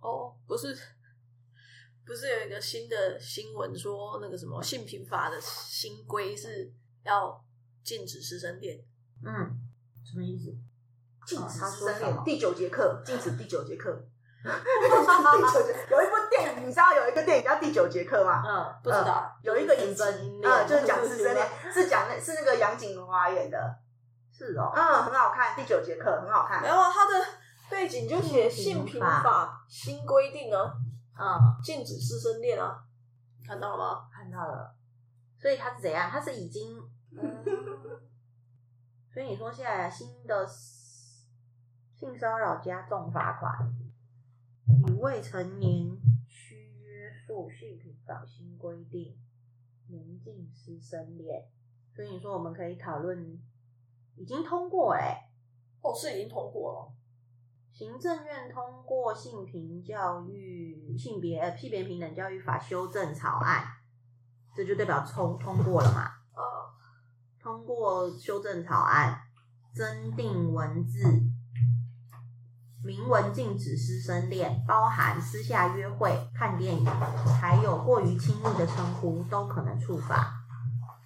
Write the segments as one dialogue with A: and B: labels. A: 哦，不是，不是有一个新的新闻说那个什么性平法的新规是要禁止师生恋？
B: 嗯，什么意思？
C: 禁
B: 哦
C: 止
B: 他
C: 师
B: 说
C: 生
B: 什么
C: 恋，第九节课禁止第九节课。 第九节有一部电影，你知道有一个电影叫《第九节课》吗？
B: 嗯，
A: 不知道，
C: 有一个
A: 禁
C: 影集
A: 止，
C: 呃，就是讲师生恋，是讲那是那个杨景华演的，
B: 是哦，
C: 嗯，很好看，《第九节课》很好看
A: 没。有啊，它的背景就写性平法新规定啊，
B: 嗯，
A: 禁止师生恋啊，看到了吗？
B: 看到了。所以他是怎样？他是已经，所以你说现在新的性骚扰加重罚款，以未成年需约束性平法新规定，严禁师生恋。所以你说我们可以讨论，已经通过嘞、
A: 哦，是已经通过了。
B: 行政院通过性平教育性别呃性别平等教育法修正草案，这就代表通通过了嘛？
A: 啊，
B: 通过修正草案，增订文字，明文禁止师生恋，包含私下约会、看电影，还有过于亲密的称呼都可能触法。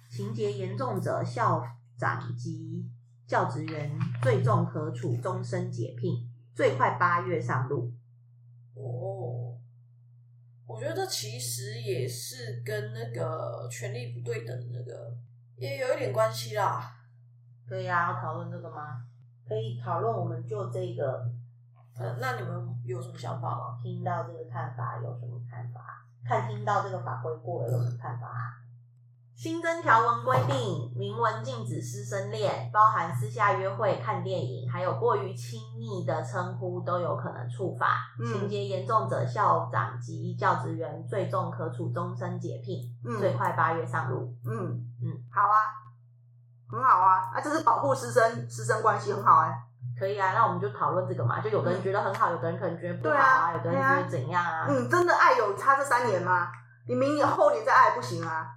B: 情节严重者，校长及教职员最重可处终身解聘，最快八月上路。
A: 哦，我觉得这其实也是跟那个权力不对等那个也有一点关系啦。
B: 可以啊，要讨论这个吗？可以讨论，我们就这个
A: 呃，那你们有什么想法吗？
B: 听到这个看法有什么看法？看听到这个法规过了有什么看法、啊？新增条文规定，明文禁止师生恋，包含私下约会、看电影，还有过于亲密的称呼都有可能触法。
C: 嗯
B: 情节严重者，校长及教职员最重可处终身解聘，最
C: 嗯
B: 快八月上路。
C: 嗯
B: 嗯
C: 嗯，好啊，很好啊，啊，这是保护师生师生关系，很好哎、
B: 可以啊，那我们就讨论这个嘛。就有的人觉得很好，有的人可能觉得不好嗯啊，有的人觉得怎样啊。
C: 嗯，真的爱有差这三年吗？你明年后年再爱不行啊？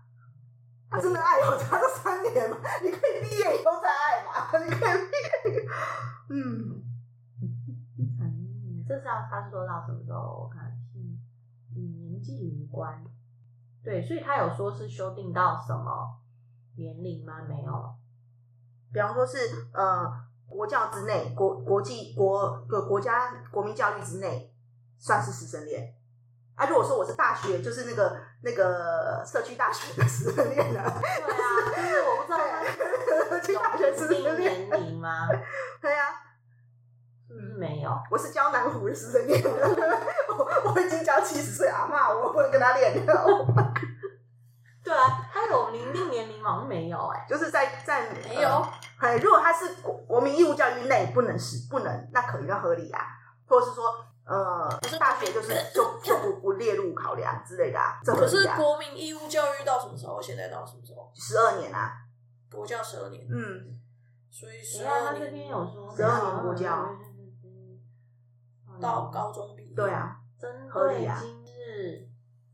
C: 啊，真的爱有差这三年吗？ 你可以毕业以后再爱嘛， 你可以毕业。嗯，
B: 嗯，这是要他说到什么时候？我看，嗯，与年纪无关。对，所以他有说是修订到什么年龄吗？没有。
C: 比方说是呃，国教之内，国国际国对国家国民教育之内，算是师生恋。啊，如果说我是大学，就是那个那个社区大学的师生恋了、啊，
B: 对啊，就是我不知道
C: 对，去大
B: 他
C: 学
B: 有
C: 师
B: 指定
C: 生恋，
B: 年龄吗？
C: 对呀、
B: 是不是没有？
C: 我是江南湖的师生恋，我我已经交七十岁阿嬷，我不能跟他恋了。
B: 对啊，他有零定年龄吗？好像没有哎、
C: 就是在在呃
A: 没有，
C: 哎、如果他是国国民义务教育内不能是不能，那可以那合理啊，或者是说呃大学就是就就不不列入考量之类的、啊，这合
A: 可是
C: 理啊，
A: 国民义务教育到什么时候？现在到什么时候？
C: 十二年啊，
A: 国教十二年，
C: 嗯，
A: 所以
B: 你
A: 十
B: 看
A: 二
B: 啊他
A: 年
B: 这边有说
C: 十二年国教
A: 到高中毕业。
C: 对，啊，
B: 针
C: 合理
B: 对
C: 啊
B: 今日，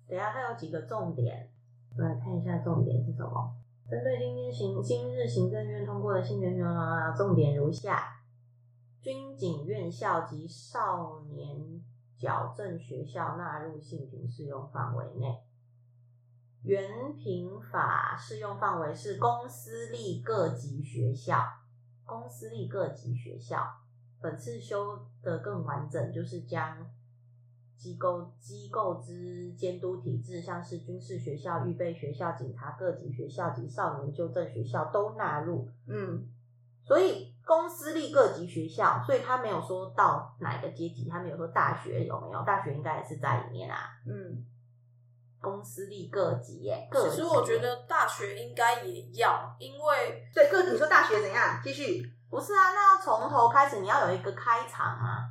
B: 等一下它有几个重点，我来看一下重点是什么。针对今天行今日行政院通过的性平法，重点如下：军警院校及少年矫正学校纳入性平适用范围内。原平法适用范围是公私立各级学校，公私立各级学校。本次修的更完整，就是将机构机构之监督体制，像是军事学校、预备学校、警察各级学校及少年纠正学校都纳入。
C: 嗯
B: 所以公私立各级学校，所以他没有说到哪个阶级，他没有说大学有没有，大学应该也是在里面啊。
C: 嗯，
B: 公私立各级耶，各
A: 其
B: 级
A: 实我觉得大学应该也要，因为
C: 对，各你说大学怎样？继续，
B: 不是啊，那要从头开始，你要有一个开场啊。